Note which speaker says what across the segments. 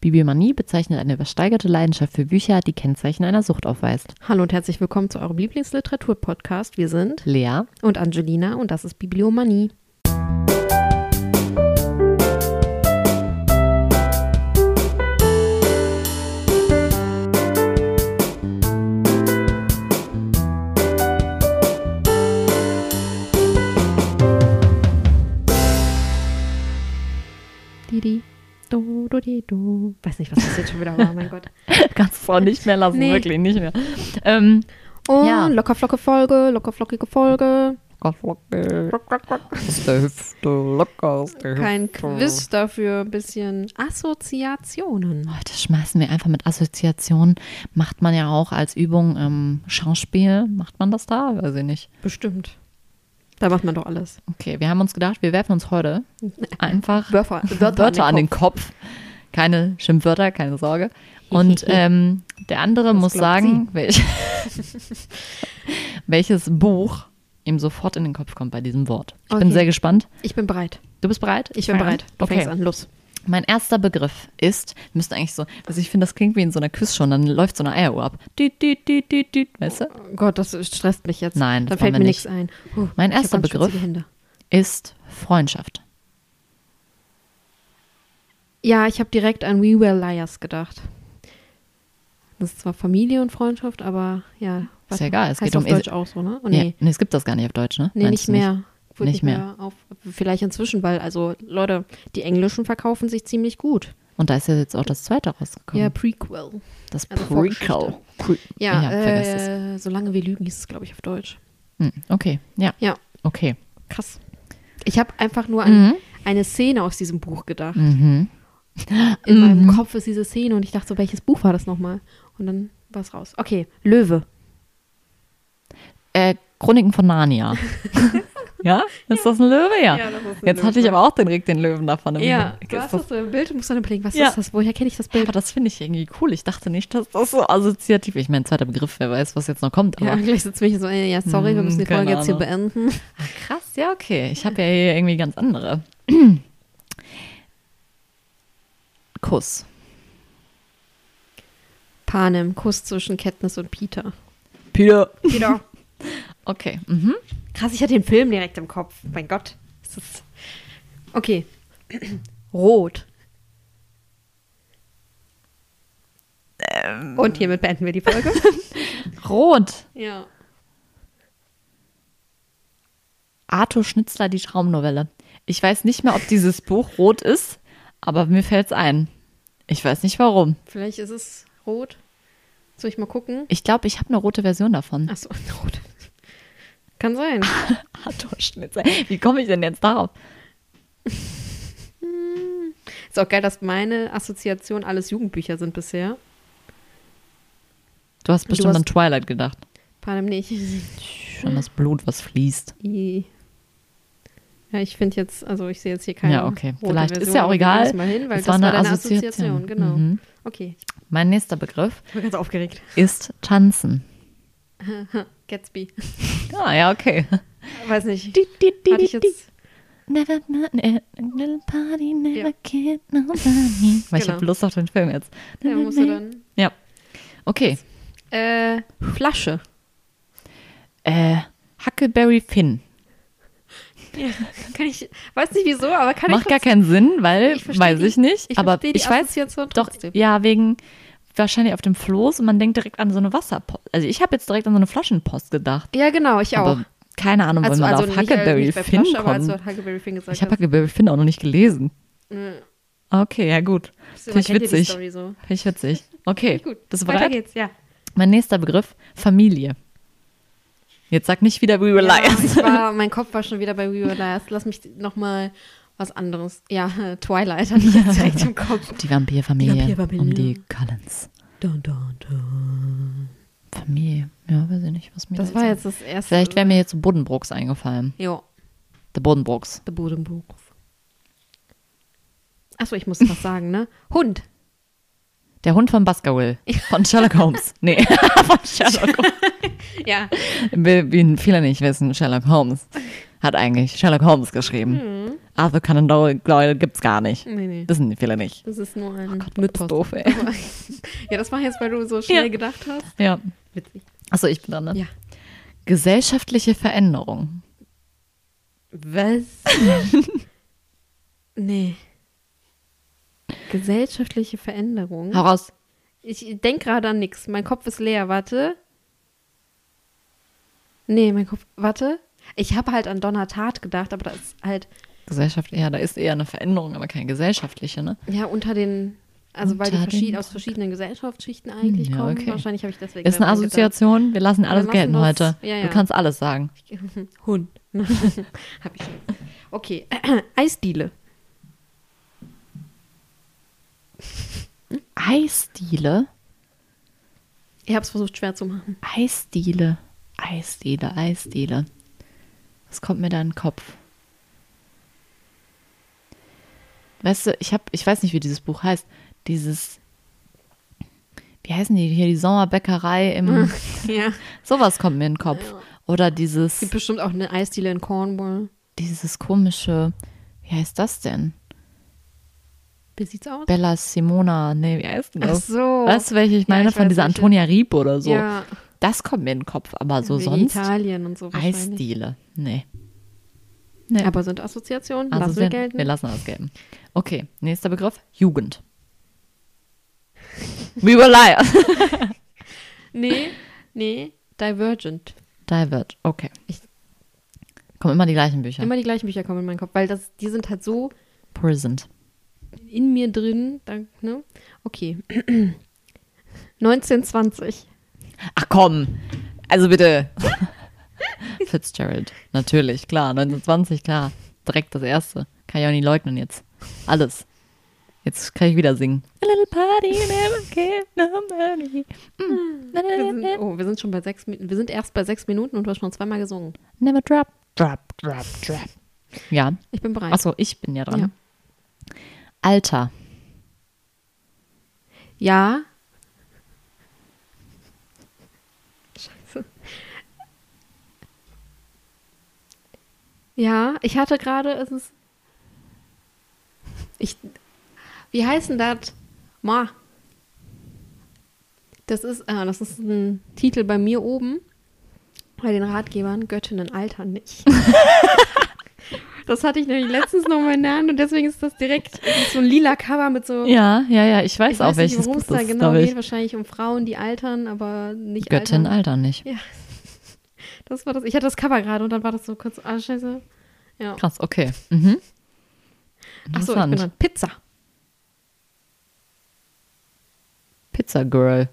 Speaker 1: Bibliomanie bezeichnet eine übersteigerte Leidenschaft für Bücher, die Kennzeichen einer Sucht aufweist.
Speaker 2: Hallo und herzlich willkommen zu eurem Lieblingsliteratur-Podcast. Wir sind
Speaker 1: Lea,
Speaker 2: und Angelina und das ist Bibliomanie. Didi. Do, do, di, do. Weiß nicht, was das jetzt schon wieder war, mein Gott.
Speaker 1: kannst es auch nicht mehr lassen,
Speaker 2: Nee.
Speaker 1: wirklich nicht mehr. Ähm,
Speaker 2: Und
Speaker 1: Ja.
Speaker 2: Oh, locker flocke Folge, locker flockige Folge.
Speaker 1: Gott, locker
Speaker 2: Rock, rock, rock.
Speaker 1: aus der Hüfte, locker aus der
Speaker 2: Kein Quiz dafür, ein bisschen Assoziationen.
Speaker 1: Heute schmeißen wir einfach mit Assoziationen. Macht man ja auch als Übung ähm, Schauspiel. Macht man das da? Weiß ich nicht.
Speaker 2: Bestimmt. Da macht man doch alles.
Speaker 1: Okay, wir haben uns gedacht, wir werfen uns heute einfach
Speaker 2: Wörfer,
Speaker 1: Wörter, an den Kopf. Keine Schimpfwörter, keine Sorge. Und ähm, der andere
Speaker 2: Was
Speaker 1: muss
Speaker 2: glaubt
Speaker 1: sagen, welch, welches Buch ihm sofort in den Kopf kommt bei diesem Wort. Ich bin
Speaker 2: Okay.
Speaker 1: sehr gespannt.
Speaker 2: Ich bin bereit.
Speaker 1: Du bist bereit?
Speaker 2: Ich bin
Speaker 1: Fang an?
Speaker 2: bereit. Du
Speaker 1: okay.
Speaker 2: fängst an. Los.
Speaker 1: Mein erster Begriff ist, wir müssen eigentlich so, also ich finde, das klingt wie in so einer Quiz schon, dann läuft so eine Eieruhr ab. Di, di, di, di, di, weißt du?
Speaker 2: Oh Gott, das stresst mich jetzt.
Speaker 1: Nein,
Speaker 2: da
Speaker 1: das
Speaker 2: fällt
Speaker 1: wollen
Speaker 2: mir
Speaker 1: wir
Speaker 2: nichts ein. Huh,
Speaker 1: Mein
Speaker 2: ich hab
Speaker 1: erster
Speaker 2: ganz schmutzige
Speaker 1: Begriff.
Speaker 2: Hände.
Speaker 1: Ist Freundschaft.
Speaker 2: Ja, ich habe direkt an We Were Liars gedacht. Das ist zwar Familie und Freundschaft, aber ja.
Speaker 1: Ist
Speaker 2: warte,
Speaker 1: ja egal, es
Speaker 2: heißt
Speaker 1: geht um
Speaker 2: auf Deutsch auch so, ne? Oh,
Speaker 1: Ja,
Speaker 2: nee,
Speaker 1: nee, es gibt das gar nicht auf Deutsch, ne?
Speaker 2: nee
Speaker 1: Meinst
Speaker 2: nicht
Speaker 1: du
Speaker 2: mehr. Wurde
Speaker 1: Nicht mehr.
Speaker 2: Auf, vielleicht inzwischen, weil also Leute, die Englischen verkaufen sich ziemlich gut.
Speaker 1: Und da ist ja jetzt auch das zweite rausgekommen.
Speaker 2: Ja, Prequel.
Speaker 1: das
Speaker 2: also
Speaker 1: Prequel.
Speaker 2: Vorgeschichte.
Speaker 1: Pre
Speaker 2: Ja,
Speaker 1: Ja, vergesst es.
Speaker 2: äh, solange wir lügen, hieß es, glaube ich, auf Deutsch.
Speaker 1: Hm, okay, ja. Mhm.
Speaker 2: Ja.
Speaker 1: Okay.
Speaker 2: Krass. Ich habe einfach nur an eine Szene aus diesem Buch gedacht.
Speaker 1: Mhm.
Speaker 2: In meinem Kopf ist diese Szene und ich dachte so, welches Buch war das nochmal? Und dann war es raus. Okay, Löwe.
Speaker 1: Oh Äh, Chroniken von Narnia. ja? Ist das ein Löwe? Ja.
Speaker 2: Ja, das ist ein
Speaker 1: jetzt hatte ich
Speaker 2: Löwe.
Speaker 1: aber auch den Rick den Löwen davon im
Speaker 2: Ja,
Speaker 1: Ist
Speaker 2: du hast
Speaker 1: das,
Speaker 2: das so im Bild und musst dann überlegen, was
Speaker 1: Ja.
Speaker 2: ist das? Woher kenne ich das
Speaker 1: Ja,
Speaker 2: Bild?
Speaker 1: aber das finde ich irgendwie cool. Ich dachte nicht, dass das so assoziativ Ich mein zweiter Begriff, wer weiß, was jetzt noch kommt. Aber
Speaker 2: Ja, gleich sitzt mich so, ey, ja, sorry, wir
Speaker 1: Hm,
Speaker 2: müssen die Folge
Speaker 1: keine
Speaker 2: jetzt hier
Speaker 1: Ahnung.
Speaker 2: beenden.
Speaker 1: krass, ja, okay. Ich habe ja hier irgendwie ganz andere. Kuss.
Speaker 2: Panem, Kuss zwischen Katniss und Peter.
Speaker 1: Peter.
Speaker 2: Peter.
Speaker 1: Okay. Mhm.
Speaker 2: Krass, ich hatte den Film direkt im Kopf. Mein Gott. Das ist- Okay. Rot.
Speaker 1: Ähm.
Speaker 2: Und hiermit beenden wir die Folge.
Speaker 1: Rot.
Speaker 2: ja.
Speaker 1: Arthur Schnitzler, die Traumnovelle. Ich weiß nicht mehr, ob dieses Buch rot ist, aber mir fällt es ein. Ich weiß nicht warum.
Speaker 2: Vielleicht ist es rot. Soll ich mal gucken?
Speaker 1: Ich glaube, ich habe eine rote Version davon.
Speaker 2: Achso, rot. Kann sein.
Speaker 1: Arthur Schnitzler. Wie komme ich denn jetzt darauf?
Speaker 2: Ist auch geil, dass meine Assoziation alles Jugendbücher sind bisher.
Speaker 1: Du hast
Speaker 2: Du
Speaker 1: bestimmt
Speaker 2: hast-
Speaker 1: an Twilight gedacht.
Speaker 2: Panem nicht.
Speaker 1: Schon das Blut, was fließt.
Speaker 2: I. Ja, ich finde jetzt, also ich sehe jetzt hier keine.
Speaker 1: ja, okay.
Speaker 2: rote
Speaker 1: Vielleicht
Speaker 2: Version,
Speaker 1: ist ja auch
Speaker 2: aber wir
Speaker 1: egal.
Speaker 2: lassen Mal hin, weil
Speaker 1: Es
Speaker 2: das war, deine Assoziation, genau.
Speaker 1: Mhm.
Speaker 2: Okay,
Speaker 1: Mein nächster Begriff
Speaker 2: ich bin ganz aufgeregt.
Speaker 1: ist Tanzen.
Speaker 2: Gatsby.
Speaker 1: Ah, ja, okay.
Speaker 2: Weiß nicht.
Speaker 1: Di, di, di,
Speaker 2: Hatte ich
Speaker 1: di, di.
Speaker 2: jetzt.
Speaker 1: Never mind a little party, never
Speaker 2: Ja.
Speaker 1: get nobody. Weil ich
Speaker 2: Genau.
Speaker 1: habe Lust auf den Film jetzt.
Speaker 2: Ja, musst du dann.
Speaker 1: Ja. Okay.
Speaker 2: Äh, Flasche.
Speaker 1: Äh, Huckleberry Finn.
Speaker 2: Ja, kann ich. Weiß nicht wieso, aber kann
Speaker 1: Macht
Speaker 2: ich.
Speaker 1: gar keinen Sinn, weil,
Speaker 2: Ich versteh
Speaker 1: weiß ich
Speaker 2: die-
Speaker 1: nicht.
Speaker 2: ich
Speaker 1: aber
Speaker 2: versteh die
Speaker 1: ich weiß
Speaker 2: Assoziation
Speaker 1: doch,
Speaker 2: trotzdem.
Speaker 1: ja, wegen wahrscheinlich auf dem Floß und man denkt direkt an so eine Wasserpost. Also ich habe jetzt direkt an so eine Flaschenpost gedacht.
Speaker 2: Ja, genau, ich auch.
Speaker 1: Aber keine Ahnung,
Speaker 2: Als
Speaker 1: wenn
Speaker 2: du-
Speaker 1: man
Speaker 2: also
Speaker 1: da auf
Speaker 2: nicht, äh,
Speaker 1: Huckleberry
Speaker 2: nicht bei
Speaker 1: Finn
Speaker 2: Flasche, aber als du
Speaker 1: kommt.
Speaker 2: halt Huckleberry Finn gesagt
Speaker 1: Ich habe
Speaker 2: hast.
Speaker 1: Huckleberry Finn auch noch nicht gelesen.
Speaker 2: Nö.
Speaker 1: Okay, ja gut. Finde ich
Speaker 2: Man kennt ja die
Speaker 1: witzig.
Speaker 2: Story so.
Speaker 1: Finde ich witzig. Okay,
Speaker 2: Gut,
Speaker 1: bist du
Speaker 2: weiter
Speaker 1: bereit?
Speaker 2: geht's, ja.
Speaker 1: Mein nächster Begriff, Familie. Jetzt sag nicht wieder We Were
Speaker 2: Ja,
Speaker 1: Liars.
Speaker 2: ich war, mein Kopf war schon wieder bei We Were Liars. Lass mich nochmal was anderes. Ja, Twilight hatte ich jetzt direkt im Kopf.
Speaker 1: Die Vampirfamilie,
Speaker 2: Die Vampirfamilie.
Speaker 1: um die Cullens.
Speaker 2: Dun, dun, dun.
Speaker 1: Familie, ja, weiß ich nicht, was mir
Speaker 2: Das
Speaker 1: da
Speaker 2: war
Speaker 1: jetzt-
Speaker 2: jetzt das erste.
Speaker 1: Vielleicht wäre mir jetzt so Buddenbrooks eingefallen.
Speaker 2: Ja,
Speaker 1: The Buddenbrooks.
Speaker 2: der Bodenbuch. Achso, ich muss was sagen, ne? Hund.
Speaker 1: Der Hund von Baskerville. Von Sherlock Holmes. Nee, von Sherlock Holmes.
Speaker 2: Ja.
Speaker 1: Will, will Fehler nicht wissen, Sherlock Holmes hat eigentlich Sherlock Holmes geschrieben. Ah, Arthur Conan Doyle gibt's gar nicht.
Speaker 2: Nee, nee. Oh
Speaker 1: Das sind viele nicht.
Speaker 2: Das ist nur ein
Speaker 1: Mhm. Oh Gott, das ist doof, ey.
Speaker 2: Aber- Ja, das war jetzt, weil du so schnell
Speaker 1: Ja.
Speaker 2: gedacht hast.
Speaker 1: Ja.
Speaker 2: Witzig.
Speaker 1: Achso, ich bin dran, ne?
Speaker 2: Ja.
Speaker 1: Gesellschaftliche Veränderung.
Speaker 2: Was? nee. Gesellschaftliche Veränderung.
Speaker 1: Hau raus.
Speaker 2: Ich denke gerade an nichts. Mein Kopf ist leer. Warte. Nee, mein Kopf. Warte. Ich habe halt an Donnertat gedacht, aber das ist halt
Speaker 1: Gesellschaft, ja, da ist eher eine Veränderung, aber keine gesellschaftliche, ne?
Speaker 2: ja unter den. Also, weil die
Speaker 1: Unter den Hm,
Speaker 2: verschied aus verschiedenen Gesellschaftsschichten eigentlich
Speaker 1: Ja,
Speaker 2: kommen.
Speaker 1: okay.
Speaker 2: Wahrscheinlich habe ich deswegen.
Speaker 1: Ist eine
Speaker 2: daran gedacht.
Speaker 1: Assoziation, wir lassen alles
Speaker 2: lassen
Speaker 1: gelten
Speaker 2: das-
Speaker 1: heute.
Speaker 2: ja, ja.
Speaker 1: Du kannst alles sagen.
Speaker 2: Hund. Hab ich schon. Okay. Eisdiele.
Speaker 1: Eisdiele?
Speaker 2: Ich habe es versucht schwer zu machen.
Speaker 1: Eisdiele. Eisdiele, Eisdiele. Was kommt mir da in den Kopf? Weißt du, ich habe, ich weiß nicht, wie dieses Buch heißt. Dieses, wie heißen die hier, die Sommerbäckerei
Speaker 2: Mhm.
Speaker 1: im,
Speaker 2: ja.
Speaker 1: sowas kommt mir in den Kopf. Oder dieses,
Speaker 2: Gibt bestimmt auch eine Eisdiele in Cornwall.
Speaker 1: dieses komische, wie heißt das denn?
Speaker 2: Wie sieht's aus?
Speaker 1: Bella Simona, nee, wie heißt denn
Speaker 2: Ach
Speaker 1: das?
Speaker 2: so.
Speaker 1: Genau. Weißt du, welche ich
Speaker 2: Ja,
Speaker 1: meine?
Speaker 2: ich
Speaker 1: Von
Speaker 2: weiß,
Speaker 1: dieser
Speaker 2: welche.
Speaker 1: Antonia Rieb oder so.
Speaker 2: Ja.
Speaker 1: Das kommt mir in den Kopf, aber so
Speaker 2: Wegen
Speaker 1: sonst
Speaker 2: Italien und so wahrscheinlich.
Speaker 1: Eisdiele. Nee.
Speaker 2: Aber sind Assoziationen?
Speaker 1: Also
Speaker 2: lassen wir
Speaker 1: wir,
Speaker 2: gelten.
Speaker 1: wir lassen das gelten. Okay, nächster Begriff, Jugend. We were liars.
Speaker 2: nee, nee. Divergent.
Speaker 1: Divert, okay.
Speaker 2: Ich-
Speaker 1: Kommen immer die gleichen Bücher.
Speaker 2: Immer die gleichen Bücher kommen in meinen Kopf, weil das, die sind halt so
Speaker 1: Present.
Speaker 2: in mir drin. Dann, ne? Okay. 1920.
Speaker 1: Ach komm, also bitte. Fitzgerald, natürlich, klar. 1920, klar. Direkt das erste. Kann ich auch nicht leugnen jetzt. Alles. Jetzt kann ich wieder singen. A little party never gave nobody.
Speaker 2: Wir
Speaker 1: Mm.
Speaker 2: sind, oh, wir sind schon bei sechs Minuten. Wir sind erst bei sechs Minuten und du hast schon zweimal gesungen.
Speaker 1: Never drop, drop, drop, drop. Ja.
Speaker 2: Ich bin bereit.
Speaker 1: Achso, ich bin ja dran.
Speaker 2: Ja.
Speaker 1: Alter.
Speaker 2: Ja. Scheiße. Ja, ich hatte gerade, es ist. Ich. Wie heißt denn das? Ma. Das ist, ah, das ist ein Titel bei mir oben. Bei den Ratgebern Göttinnen altern nicht. das hatte ich nämlich letztens noch mal in der Hand und deswegen ist das direkt das ist so ein lila Cover mit so
Speaker 1: Ja, ja, ja, ich weiß
Speaker 2: ich
Speaker 1: auch,
Speaker 2: weiß nicht,
Speaker 1: welches
Speaker 2: worum
Speaker 1: Buch
Speaker 2: es da
Speaker 1: das
Speaker 2: genau
Speaker 1: genau
Speaker 2: geht.
Speaker 1: ich.
Speaker 2: Wahrscheinlich um Frauen, die altern, aber nicht
Speaker 1: Göttin
Speaker 2: altern.
Speaker 1: Alter nicht.
Speaker 2: Ja. Das war das. Ich hatte das Cover gerade und dann war das so kurz, ah, scheiße. Ja.
Speaker 1: Krass, okay. Mhm.
Speaker 2: Achso, ich bin
Speaker 1: Interessant.
Speaker 2: dran. Pizza.
Speaker 1: Pizza Girl.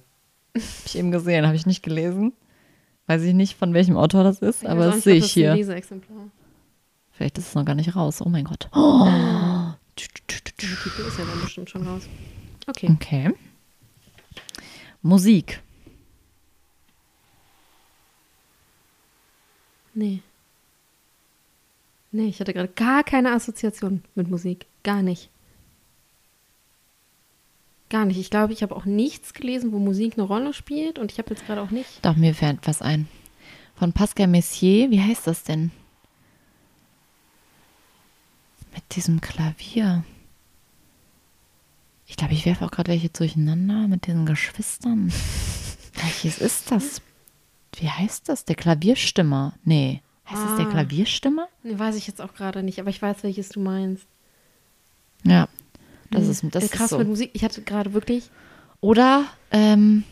Speaker 1: Hab ich eben gesehen, habe ich nicht gelesen. Weiß ich nicht, von welchem Autor das ist, aber
Speaker 2: weiß auch
Speaker 1: das
Speaker 2: nicht,
Speaker 1: sehe
Speaker 2: ob
Speaker 1: ich
Speaker 2: das ein
Speaker 1: hier.
Speaker 2: Leseexemplar.
Speaker 1: Vielleicht ist es noch gar nicht raus. Oh mein Gott. Oh.
Speaker 2: Der Titel ist ja dann bestimmt schon raus. Okay.
Speaker 1: Okay. Musik.
Speaker 2: Nee. Nee, ich hatte gerade gar keine Assoziation mit Musik. Gar nicht. Gar nicht. Ich glaube, ich habe auch nichts gelesen, wo Musik eine Rolle spielt und ich habe jetzt gerade auch nicht.
Speaker 1: Doch, mir fällt was ein. Von Pascal Messier, wie heißt das denn? Mit diesem Klavier. Ich glaube, ich werfe auch gerade welche durcheinander mit diesen Geschwistern. Welches ist das? Wie heißt das? Der Klavierstimmer? Nee. Heißt das der
Speaker 2: Ah.
Speaker 1: Klavierstimmer?
Speaker 2: Nee, weiß ich jetzt auch gerade nicht, aber ich weiß, welches du meinst.
Speaker 1: Ja. Das ist, das
Speaker 2: Äh,
Speaker 1: ist
Speaker 2: krass
Speaker 1: so.
Speaker 2: mit Musik. Ich hatte gerade wirklich.
Speaker 1: Oder, ähm,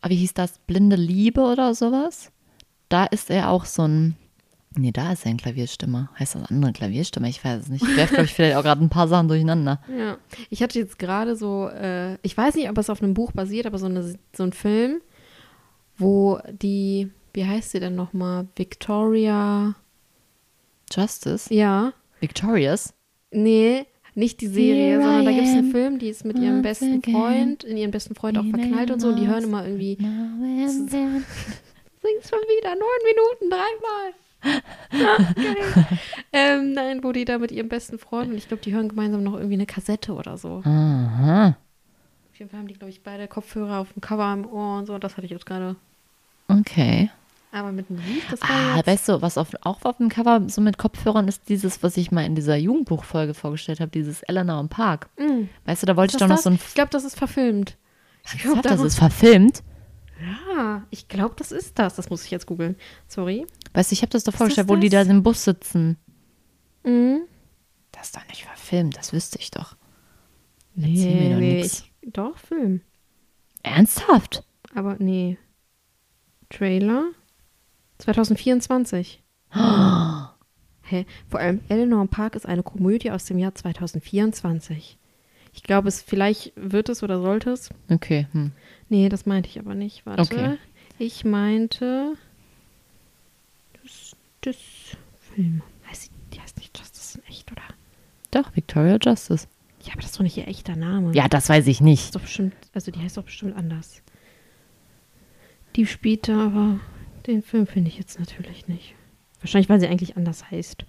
Speaker 1: ah, wie hieß das? Blinde Liebe oder sowas? Da ist er auch so ein. Nee, da ist er ein Klavierstimmer. Heißt das andere Klavierstimmer? Ich weiß es nicht. Ich werfe, glaube ich, vielleicht auch gerade ein paar Sachen durcheinander.
Speaker 2: Ja. Ich hatte jetzt gerade so, äh, ich weiß nicht, ob es auf einem Buch basiert, aber so, eine, so ein Film, wo die, wie heißt sie denn nochmal? Victoria.
Speaker 1: Justice?
Speaker 2: Ja.
Speaker 1: Victorious?
Speaker 2: Nee, nicht die Serie,
Speaker 1: Here
Speaker 2: sondern da
Speaker 1: I
Speaker 2: gibt es einen
Speaker 1: am
Speaker 2: Film, die ist mit ihrem
Speaker 1: once
Speaker 2: besten
Speaker 1: again,
Speaker 2: Freund, in ihren besten Freund auch
Speaker 1: leaning
Speaker 2: verknallt und so, und die
Speaker 1: on
Speaker 2: hören immer irgendwie,
Speaker 1: Now and then.
Speaker 2: sing's schon wieder, neun Minuten, dreimal. Ja, geil. ähm, nein, wo die da mit ihrem besten Freund und ich glaube, die hören gemeinsam noch irgendwie eine Kassette oder so.
Speaker 1: Aha.
Speaker 2: Auf jeden Fall haben die, glaube ich, beide Kopfhörer auf dem Cover im Ohr und so. Das hatte ich jetzt gerade
Speaker 1: Okay.
Speaker 2: Aber mit einem Lied, das war
Speaker 1: Ah,
Speaker 2: jetzt-
Speaker 1: weißt du, was auf, auch auf dem Cover so mit Kopfhörern ist, dieses, was ich mal in dieser Jugendbuchfolge vorgestellt habe, dieses Elena im Park.
Speaker 2: Mm.
Speaker 1: Weißt du, da wollte
Speaker 2: Ist
Speaker 1: ich doch
Speaker 2: das
Speaker 1: noch
Speaker 2: das?
Speaker 1: so ein.
Speaker 2: ich glaube, das ist verfilmt. Ich
Speaker 1: Ich
Speaker 2: glaube,
Speaker 1: glaub, das
Speaker 2: darum-
Speaker 1: ist verfilmt.
Speaker 2: Ja, ich glaube, das ist das. Das muss ich jetzt googeln. Sorry.
Speaker 1: Weißt du, ich habe das doch vorgestellt,
Speaker 2: das
Speaker 1: wo die da
Speaker 2: das?
Speaker 1: im Bus sitzen.
Speaker 2: Mhm.
Speaker 1: Das ist doch nicht verfilmt, das wüsste ich doch. Erzähl mir doch nichts.
Speaker 2: ich- Doch, Film.
Speaker 1: Ernsthaft?
Speaker 2: Aber nee. Trailer 2024. Hä? Vor allem Eleanor Park ist eine Komödie aus dem Jahr 2024. Ich glaube, es vielleicht wird es oder sollte es.
Speaker 1: Okay, hm.
Speaker 2: Nee, das meinte ich aber nicht. Warte.
Speaker 1: Okay.
Speaker 2: Ich meinte das, das Film. Heißt die, die heißt nicht Justice in echt, oder?
Speaker 1: Doch, Victoria Justice.
Speaker 2: Ja, aber das ist doch nicht ihr echter Name.
Speaker 1: Ja, das weiß ich
Speaker 2: Das
Speaker 1: nicht.
Speaker 2: Ist doch bestimmt, also die heißt doch bestimmt anders. Die spielte aber den Film finde ich jetzt natürlich nicht. Wahrscheinlich, weil sie eigentlich anders heißt.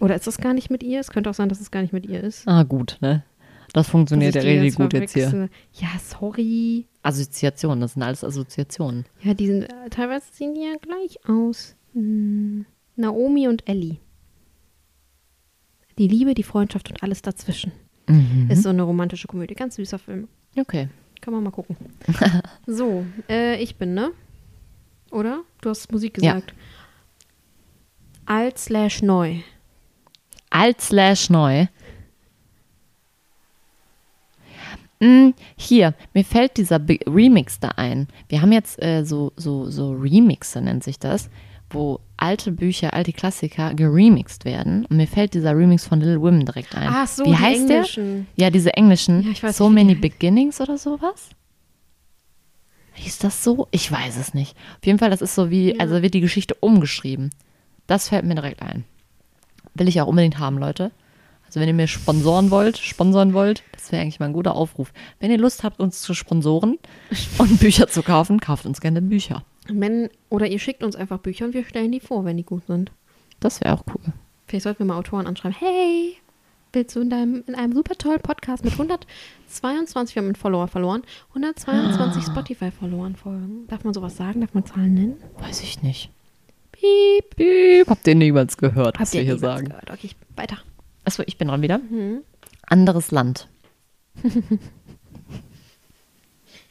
Speaker 2: Oder ist das gar nicht mit ihr? Es könnte auch sein, dass es gar nicht mit ihr ist.
Speaker 1: Ah, gut, ne? Das funktioniert ja
Speaker 2: Dass ich die
Speaker 1: richtig gut jetzt hier.
Speaker 2: verwechsel. Ja, sorry.
Speaker 1: Assoziationen, das sind alles Assoziationen.
Speaker 2: Ja, die sind äh, teilweise sehen die ja gleich aus. Hm. Naomi und Ellie. Die Liebe, die Freundschaft und alles dazwischen.
Speaker 1: Mhm.
Speaker 2: Ist so eine romantische Komödie. Ganz süßer Film.
Speaker 1: Okay.
Speaker 2: Kann man mal gucken. so, äh, ich bin, ne? Oder? Du hast Musik gesagt. Alt slash neu.
Speaker 1: Alt slash neu. Mm, hier, mir fällt dieser Be Remix da ein. Wir haben jetzt äh, so, so, so Remixe, nennt sich das, wo alte Bücher, alte Klassiker geremixt werden. Und mir fällt dieser Remix von Little Women direkt ein.
Speaker 2: Ach so,
Speaker 1: Wie
Speaker 2: die
Speaker 1: heißt
Speaker 2: englischen.
Speaker 1: der? Ja, diese englischen.
Speaker 2: Ja, ich weiß
Speaker 1: so
Speaker 2: nicht, wie die
Speaker 1: Many
Speaker 2: heißen.
Speaker 1: Beginnings oder sowas? Hieß das so? Ich weiß es nicht. Auf jeden Fall, das ist so wie, also wird die Geschichte umgeschrieben. Das fällt mir direkt ein. Will ich auch unbedingt haben, Leute. Also wenn ihr mir sponsoren wollt, sponsoren wollt, das wäre eigentlich mal ein guter Aufruf. Wenn ihr Lust habt, uns zu sponsoren und Bücher zu kaufen, kauft uns gerne Bücher.
Speaker 2: Wenn, oder ihr schickt uns einfach Bücher und wir stellen die vor, wenn die gut sind.
Speaker 1: Das wäre auch cool.
Speaker 2: Vielleicht sollten wir mal Autoren anschreiben. Hey, willst du in, deinem, in einem super tollen Podcast mit 122, wir haben einen Follower verloren, 122 Spotify-Followern folgen. Darf man sowas sagen? Darf man Zahlen nennen?
Speaker 1: Weiß ich nicht.
Speaker 2: Piep.
Speaker 1: Piep, habt ihr niemals gehört, was
Speaker 2: Habt
Speaker 1: wir
Speaker 2: ihr
Speaker 1: hier
Speaker 2: jemals
Speaker 1: sagen?
Speaker 2: gehört? Mhm. Okay, weiter.
Speaker 1: Achso, ich bin dran wieder. Anderes Land.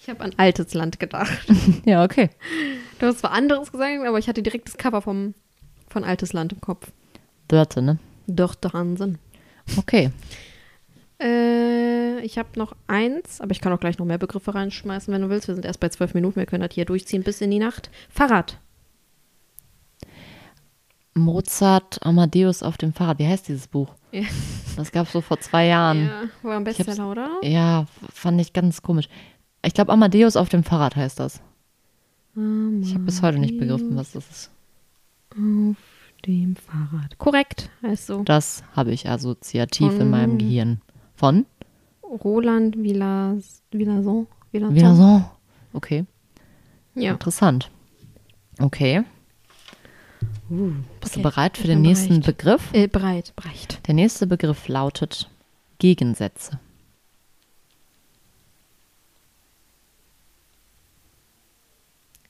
Speaker 2: Ich habe an altes Land gedacht.
Speaker 1: Ja, okay.
Speaker 2: Du hast zwar anderes gesagt, aber ich hatte direkt das Cover vom, von Altes Land im Kopf.
Speaker 1: Dörte, ne?
Speaker 2: Doch, doch, Hansen.
Speaker 1: Okay.
Speaker 2: Äh, ich habe noch eins, aber ich kann auch gleich noch mehr Begriffe reinschmeißen, wenn du willst. Wir sind erst bei zwölf Minuten, wir können das hier durchziehen bis in die Nacht. Fahrrad.
Speaker 1: Mozart Amadeus auf dem Fahrrad. Wie heißt dieses Buch?
Speaker 2: Ja,
Speaker 1: Das gab es so vor zwei Jahren.
Speaker 2: ja war ein
Speaker 1: hab's-
Speaker 2: Bestseller, oder?
Speaker 1: Ja, f- fand ich ganz komisch. Ich glaube, Amadeus auf dem Fahrrad heißt das.
Speaker 2: Ah,
Speaker 1: Ich habe bis heute nicht begriffen, was das ist.
Speaker 2: Auf dem Fahrrad. Korrekt, also. heißt so.
Speaker 1: Das habe ich assoziativ in meinem Gehirn. Von?
Speaker 2: Roland Villas, Villason. Villason.
Speaker 1: Villason. Okay,
Speaker 2: Ja.
Speaker 1: interessant. Okay. Bist
Speaker 2: Uh, okay.
Speaker 1: du bereit für
Speaker 2: Ich
Speaker 1: den
Speaker 2: bin
Speaker 1: nächsten
Speaker 2: bereit.
Speaker 1: Begriff?
Speaker 2: Äh, breit, breit.
Speaker 1: Der nächste Begriff lautet Gegensätze.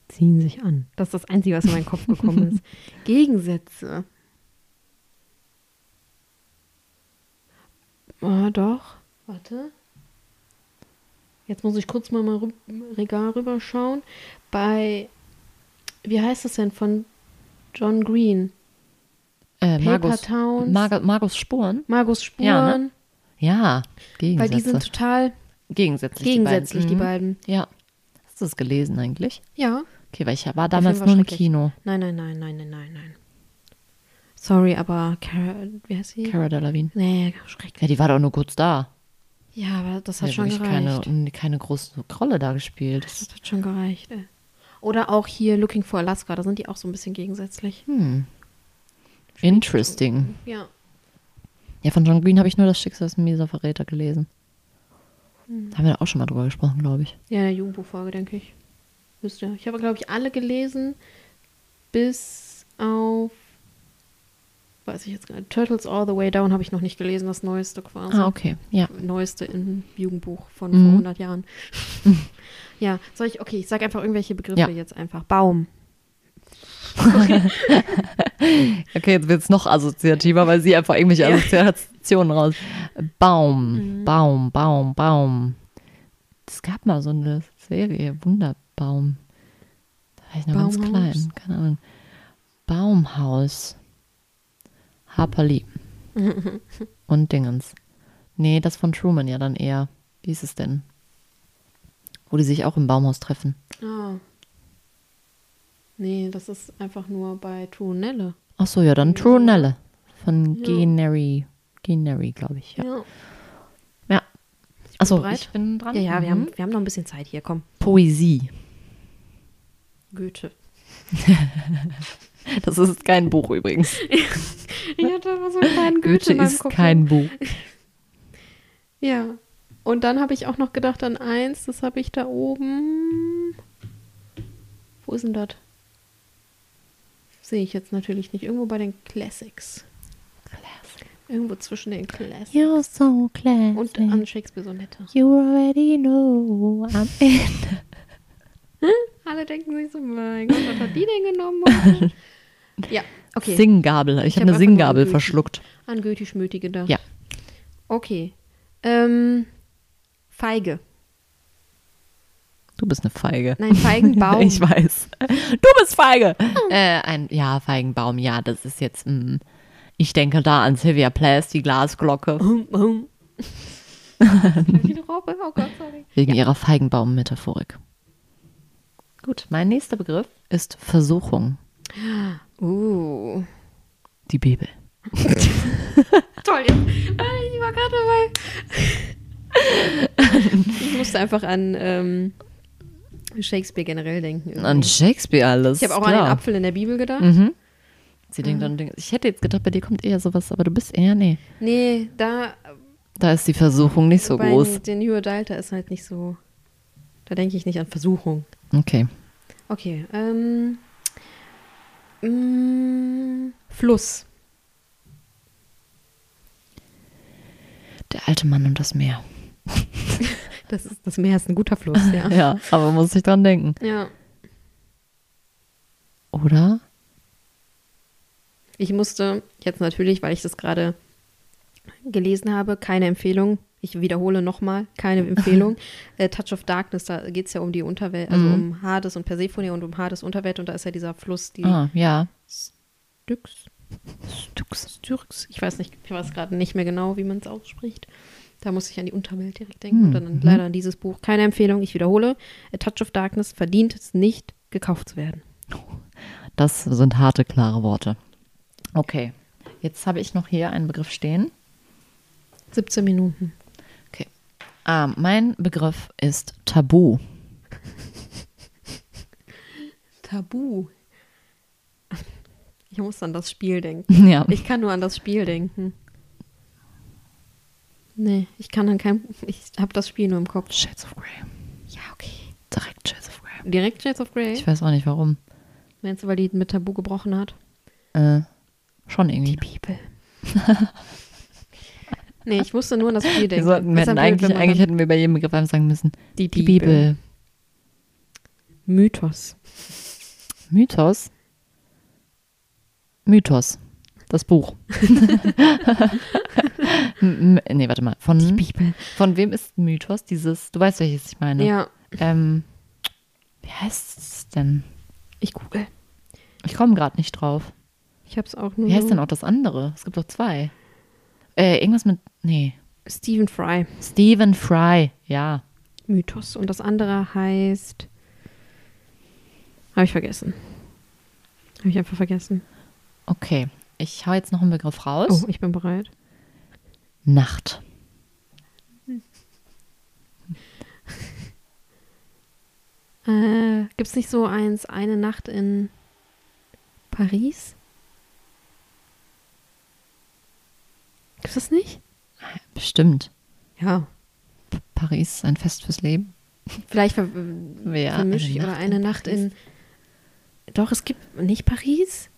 Speaker 2: ziehen sich an. Das ist das Einzige, was in meinen Kopf gekommen ist. Gegensätze. Ah, doch. Warte. Jetzt muss ich kurz mal mein Rü- Regal rüberschauen. Bei, wie heißt das denn von John Green?
Speaker 1: Äh,
Speaker 2: Paper
Speaker 1: Margus,
Speaker 2: Towns.
Speaker 1: Marga- Margus Spuren?
Speaker 2: Margus Spuren.
Speaker 1: Ja, ne? Ja,
Speaker 2: Weil
Speaker 1: Gegensätze.
Speaker 2: die sind total
Speaker 1: gegensätzlich.
Speaker 2: gegensätzlich, die
Speaker 1: Mhm.
Speaker 2: beiden.
Speaker 1: Ja. Hast du es gelesen eigentlich?
Speaker 2: Ja.
Speaker 1: Okay, weil ich war
Speaker 2: Der
Speaker 1: damals
Speaker 2: Film
Speaker 1: nur
Speaker 2: war
Speaker 1: im
Speaker 2: schrecklich.
Speaker 1: Kino.
Speaker 2: Nein, nein, nein, nein, nein, nein, nein. Sorry, aber Cara, wie heißt sie?
Speaker 1: Cara Delevingne.
Speaker 2: Nee, schrecklich.
Speaker 1: Ja, die war doch nur kurz da.
Speaker 2: Ja, aber das
Speaker 1: Die
Speaker 2: hat
Speaker 1: hat
Speaker 2: schon
Speaker 1: wirklich
Speaker 2: gereicht.
Speaker 1: keine, keine große Rolle da gespielt.
Speaker 2: Das hat schon gereicht. Ey. Oder auch hier Looking for Alaska, da sind die auch so ein bisschen gegensätzlich.
Speaker 1: Hm. Interesting.
Speaker 2: Ja.
Speaker 1: Ja, von John Green habe ich nur das Schicksal ist ein mieser Verräter gelesen.
Speaker 2: Hm.
Speaker 1: Da haben wir da auch schon mal drüber gesprochen, glaube ich.
Speaker 2: Ja, in der Jugendbuchfolge, denke ich. Wisst ihr. Ich habe, glaube ich, alle gelesen, bis auf, weiß ich jetzt gar nicht, Turtles All the Way Down habe ich noch nicht gelesen, das Neueste quasi.
Speaker 1: Ah, okay. Ja.
Speaker 2: Neueste im Jugendbuch von vor
Speaker 1: Mhm.
Speaker 2: 100 Jahren. ja, soll ich, okay, ich sage einfach irgendwelche Begriffe
Speaker 1: Ja.
Speaker 2: jetzt einfach. Baum.
Speaker 1: Okay, jetzt wird es noch assoziativer, weil sie einfach irgendwelche Assoziationen raus.
Speaker 2: Mhm.
Speaker 1: Baum, Baum, Baum, Baum. Es gab mal so eine Serie, Wunderbaum. Da war ich noch ganz
Speaker 2: Baumhaus?
Speaker 1: klein, keine Ahnung. Baumhaus. Harper Lee. Und Dingens. Nee, das von Truman ja dann eher. Wie ist es denn? Wo die sich auch im Baumhaus treffen.
Speaker 2: Ah. Nee, das ist einfach nur bei Tunelle.
Speaker 1: Ach so, ja, dann Trunelle von
Speaker 2: Ja.
Speaker 1: Genary. Genary, glaube ich. Ja. ja. Ach so,
Speaker 2: bereit.
Speaker 1: Also, ich bin dran.
Speaker 2: Ja, ja, wir
Speaker 1: Mhm.
Speaker 2: haben, wir haben noch ein bisschen Zeit hier, komm.
Speaker 1: Poesie.
Speaker 2: Goethe.
Speaker 1: Das ist kein Buch übrigens.
Speaker 2: Ich hatte aber so einen kleinen Goethe,
Speaker 1: Goethe
Speaker 2: in meinem
Speaker 1: ist
Speaker 2: Kopf.
Speaker 1: kein Buch.
Speaker 2: Ja. Und dann habe ich auch noch gedacht an eins, das habe ich da oben. Wo ist denn das? Sehe ich jetzt natürlich nicht. Irgendwo bei den Classics. Irgendwo zwischen den Classics.
Speaker 1: You're so classy.
Speaker 2: Und an Shakespeare-Sonette.
Speaker 1: you already know I'm in.
Speaker 2: Alle denken sich so, mein Gott, was hat die denn genommen? ja, okay.
Speaker 1: Singgabel. Ich, habe
Speaker 2: hab
Speaker 1: eine
Speaker 2: einfach
Speaker 1: Singgabel
Speaker 2: nur-
Speaker 1: verschluckt.
Speaker 2: An Goethe Schmöti gedacht.
Speaker 1: Ja.
Speaker 2: Okay. Ähm, Feige.
Speaker 1: Du bist eine Feige.
Speaker 2: Nein, Feigenbaum.
Speaker 1: Ich weiß. Du bist feige. Äh, ein, ja, Feigenbaum, ja, das ist jetzt. mm, ich denke da an Sylvia Plath, die Glasglocke,
Speaker 2: Hum, hum. Wie eine Raupe. Oh Gott, sorry.
Speaker 1: wegen ihrer Feigenbaum-Metaphorik. Gut, mein nächster Begriff ist Versuchung,
Speaker 2: Uh.
Speaker 1: die Bibel.
Speaker 2: Toll. jetzt- Ah, Ich war gerade dabei. ich musste einfach an ähm, Shakespeare generell denken. irgendwie.
Speaker 1: An Shakespeare alles.
Speaker 2: ich habe auch an
Speaker 1: klar.
Speaker 2: den Apfel in der Bibel gedacht.
Speaker 1: Mhm. Sie denkt dann, denkt- ich hätte jetzt gedacht, bei dir kommt eher sowas, aber du bist eher, nee.
Speaker 2: Nee, da
Speaker 1: Da ist die Versuchung nicht so
Speaker 2: bei
Speaker 1: groß.
Speaker 2: den New Adult, da ist halt nicht so. Da denke ich nicht an Versuchung.
Speaker 1: Okay.
Speaker 2: Okay. Ähm, mm, Fluss.
Speaker 1: Der alte Mann und das Meer.
Speaker 2: Das, ist, das Meer ist ein guter Fluss, ja.
Speaker 1: Ja, aber muss ich dran denken.
Speaker 2: ja.
Speaker 1: Oder?
Speaker 2: Ich musste jetzt natürlich, weil ich das gerade gelesen habe, keine Empfehlung. Ich wiederhole nochmal, keine Empfehlung. äh, Touch of Darkness, da geht es ja um die Unterwelt, also um Hades und Persephone und um Hades Unterwelt und da ist ja dieser Fluss, die
Speaker 1: Ah, ja.
Speaker 2: Styx, Styx, ich weiß nicht, ich weiß gerade nicht mehr genau, wie man es ausspricht. Da muss ich an die Unterwelt direkt denken und dann an- leider an dieses Buch. Keine Empfehlung, ich wiederhole. A Touch of Darkness verdient es nicht, gekauft zu werden.
Speaker 1: Das sind harte, klare Worte. Okay. Jetzt habe ich noch hier einen Begriff stehen.
Speaker 2: 17 Minuten.
Speaker 1: Okay. Ähm, mein Begriff ist Tabu.
Speaker 2: Tabu. Ich muss an das Spiel denken.
Speaker 1: ja.
Speaker 2: Ich kann nur an das Spiel denken. Nee, ich kann an kein. Ich habe das Spiel nur im Kopf.
Speaker 1: Shades of Grey.
Speaker 2: Ja, okay.
Speaker 1: Direkt Shades of Grey.
Speaker 2: Direkt Shades of Grey.
Speaker 1: Ich weiß auch nicht warum.
Speaker 2: Meinst du, weil die mit Tabu gebrochen hat?
Speaker 1: Äh, schon irgendwie.
Speaker 2: Bibel. nee, ich musste nur an das Spiel denken.
Speaker 1: Wir sollten, wir
Speaker 2: Ist ja
Speaker 1: hätten
Speaker 2: blöd, wenn
Speaker 1: eigentlich,
Speaker 2: man
Speaker 1: eigentlich
Speaker 2: dann-
Speaker 1: hätten wir bei jedem Begriff einfach sagen müssen.
Speaker 2: Die
Speaker 1: Die
Speaker 2: Bibel.
Speaker 1: Bibel.
Speaker 2: Mythos.
Speaker 1: Mythos? Mythos. Das Buch. M- m- nee, warte mal. Von, Die Bibel. Von wem ist Mythos? Dieses, du weißt, welches ich meine.
Speaker 2: Ja,
Speaker 1: Ähm, wie heißt es denn?
Speaker 2: ich google.
Speaker 1: Ich komme gerade nicht drauf.
Speaker 2: Ich hab's auch nur.
Speaker 1: Wie heißt denn auch das andere? Es gibt doch zwei. Äh, irgendwas mit, nee.
Speaker 2: Stephen Fry.
Speaker 1: Stephen Fry. Ja.
Speaker 2: Mythos. Und das andere heißt. Habe ich vergessen. Habe ich einfach vergessen.
Speaker 1: Okay. Ich hau jetzt noch einen Begriff
Speaker 2: Oh,
Speaker 1: raus.
Speaker 2: ich bin bereit.
Speaker 1: Nacht.
Speaker 2: Äh, gibt's nicht so eins, eine Nacht in Paris? Gibt's das nicht?
Speaker 1: Bestimmt.
Speaker 2: Ja.
Speaker 1: P- Paris ist ein Fest fürs Leben.
Speaker 2: Vielleicht ver
Speaker 1: Ja,
Speaker 2: vermische ich
Speaker 1: eine
Speaker 2: oder
Speaker 1: Nacht in
Speaker 2: eine also Nacht
Speaker 1: Paris.
Speaker 2: in. Doch, es gibt nicht Paris?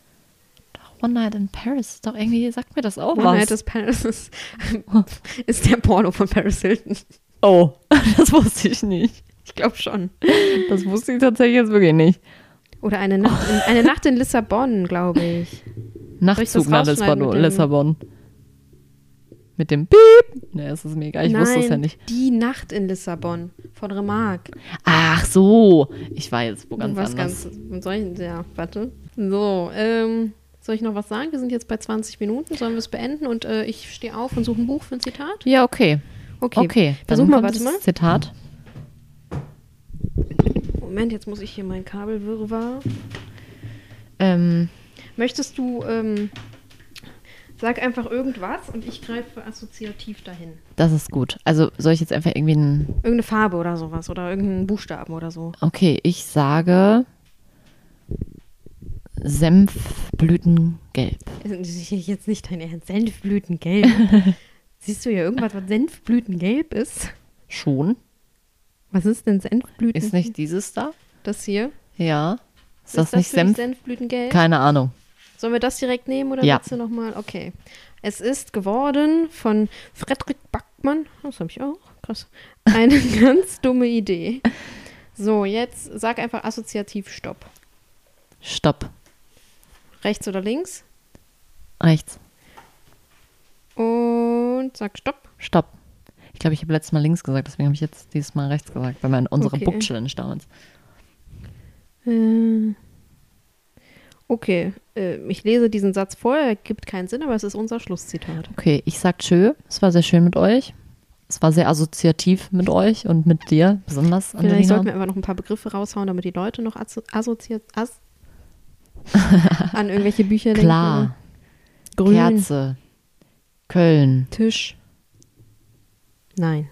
Speaker 1: One Night in Paris. Doch irgendwie sagt mir das auch
Speaker 2: One Night is Paris ist, ist der Porno von Paris Hilton.
Speaker 1: oh, das wusste ich nicht.
Speaker 2: Ich glaube schon.
Speaker 1: Das wusste ich tatsächlich jetzt wirklich nicht.
Speaker 2: Oder eine Nacht, in, eine Nacht in Lissabon, glaube ich.
Speaker 1: Nachtzug
Speaker 2: das
Speaker 1: nach
Speaker 2: rausschneiden
Speaker 1: Lissabon.
Speaker 2: mit dem-
Speaker 1: Lissabon. Mit dem Piep. Ne, das ist mir egal. Ich wusste es ja nicht.
Speaker 2: Die Nacht in Lissabon von Remarque. Oh,
Speaker 1: Ach so. Ich war jetzt wo ganz
Speaker 2: was
Speaker 1: anders.
Speaker 2: ganz. Soll ich, ja, warte. So, ähm, soll ich noch was sagen? Wir sind jetzt bei 20 Minuten. Sollen wir es beenden? Und äh, ich stehe auf und suche ein Buch für ein Zitat.
Speaker 1: ja, okay.
Speaker 2: Okay.
Speaker 1: Okay. dann
Speaker 2: Versuch mal,
Speaker 1: kommt
Speaker 2: warte
Speaker 1: das
Speaker 2: mal.
Speaker 1: Zitat.
Speaker 2: Moment, jetzt muss ich hier mein Kabelwirrwarr.
Speaker 1: Ähm,
Speaker 2: Möchtest du, ähm, sag einfach irgendwas und ich greife assoziativ dahin.
Speaker 1: das ist gut. Also soll ich jetzt einfach irgendwie ein.
Speaker 2: Irgendeine Farbe oder sowas oder irgendeinen Buchstaben oder so.
Speaker 1: Okay, ich sage Senfblütengelb.
Speaker 2: Das ist jetzt nicht dein Ernst. Senfblütengelb. Siehst du hier irgendwas, was Senfblütengelb ist?
Speaker 1: Schon.
Speaker 2: Was ist denn Senfblüten?
Speaker 1: Ist nicht dieses da?
Speaker 2: das hier.
Speaker 1: Ja. Mhm. Ist, das, nicht
Speaker 2: für dich
Speaker 1: Senf?
Speaker 2: Senfblütengelb?
Speaker 1: Keine Ahnung.
Speaker 2: Sollen wir das direkt nehmen oder
Speaker 1: Ja.
Speaker 2: willst du nochmal? Okay. Es ist geworden von Frederik Backmann. Oh, Das habe ich auch. Krass. Eine ganz dumme Idee. So, jetzt sag einfach assoziativ Stopp.
Speaker 1: Stopp. Ah,
Speaker 2: Rechts oder links?
Speaker 1: Rechts.
Speaker 2: Und sag Stopp.
Speaker 1: Stopp. Ich glaube, ich habe letztes Mal links gesagt, deswegen habe ich jetzt dieses Mal rechts gesagt, bei meiner, unserer
Speaker 2: Okay.
Speaker 1: Book-Challenge damals.
Speaker 2: Äh, Okay, äh, ich lese diesen Satz vor, er gibt keinen Sinn, aber es ist unser Schlusszitat.
Speaker 1: Okay, ich sag tschö. Es war sehr schön mit euch. Es war sehr assoziativ mit euch und mit dir besonders,
Speaker 2: Vielleicht sollten wir
Speaker 1: Angelina.
Speaker 2: einfach noch ein paar Begriffe raushauen, damit die Leute noch asso- assoziiert as an irgendwelche Bücher
Speaker 1: Klar.
Speaker 2: denken. Grün,
Speaker 1: Kerze. Köln.
Speaker 2: Tisch. Nein.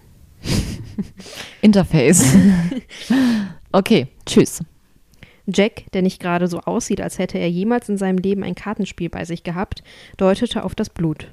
Speaker 1: Interface. okay, tschüss.
Speaker 2: Jack, der nicht gerade so aussieht, als hätte er jemals in seinem Leben ein Kartenspiel bei sich gehabt, deutete auf das Blut.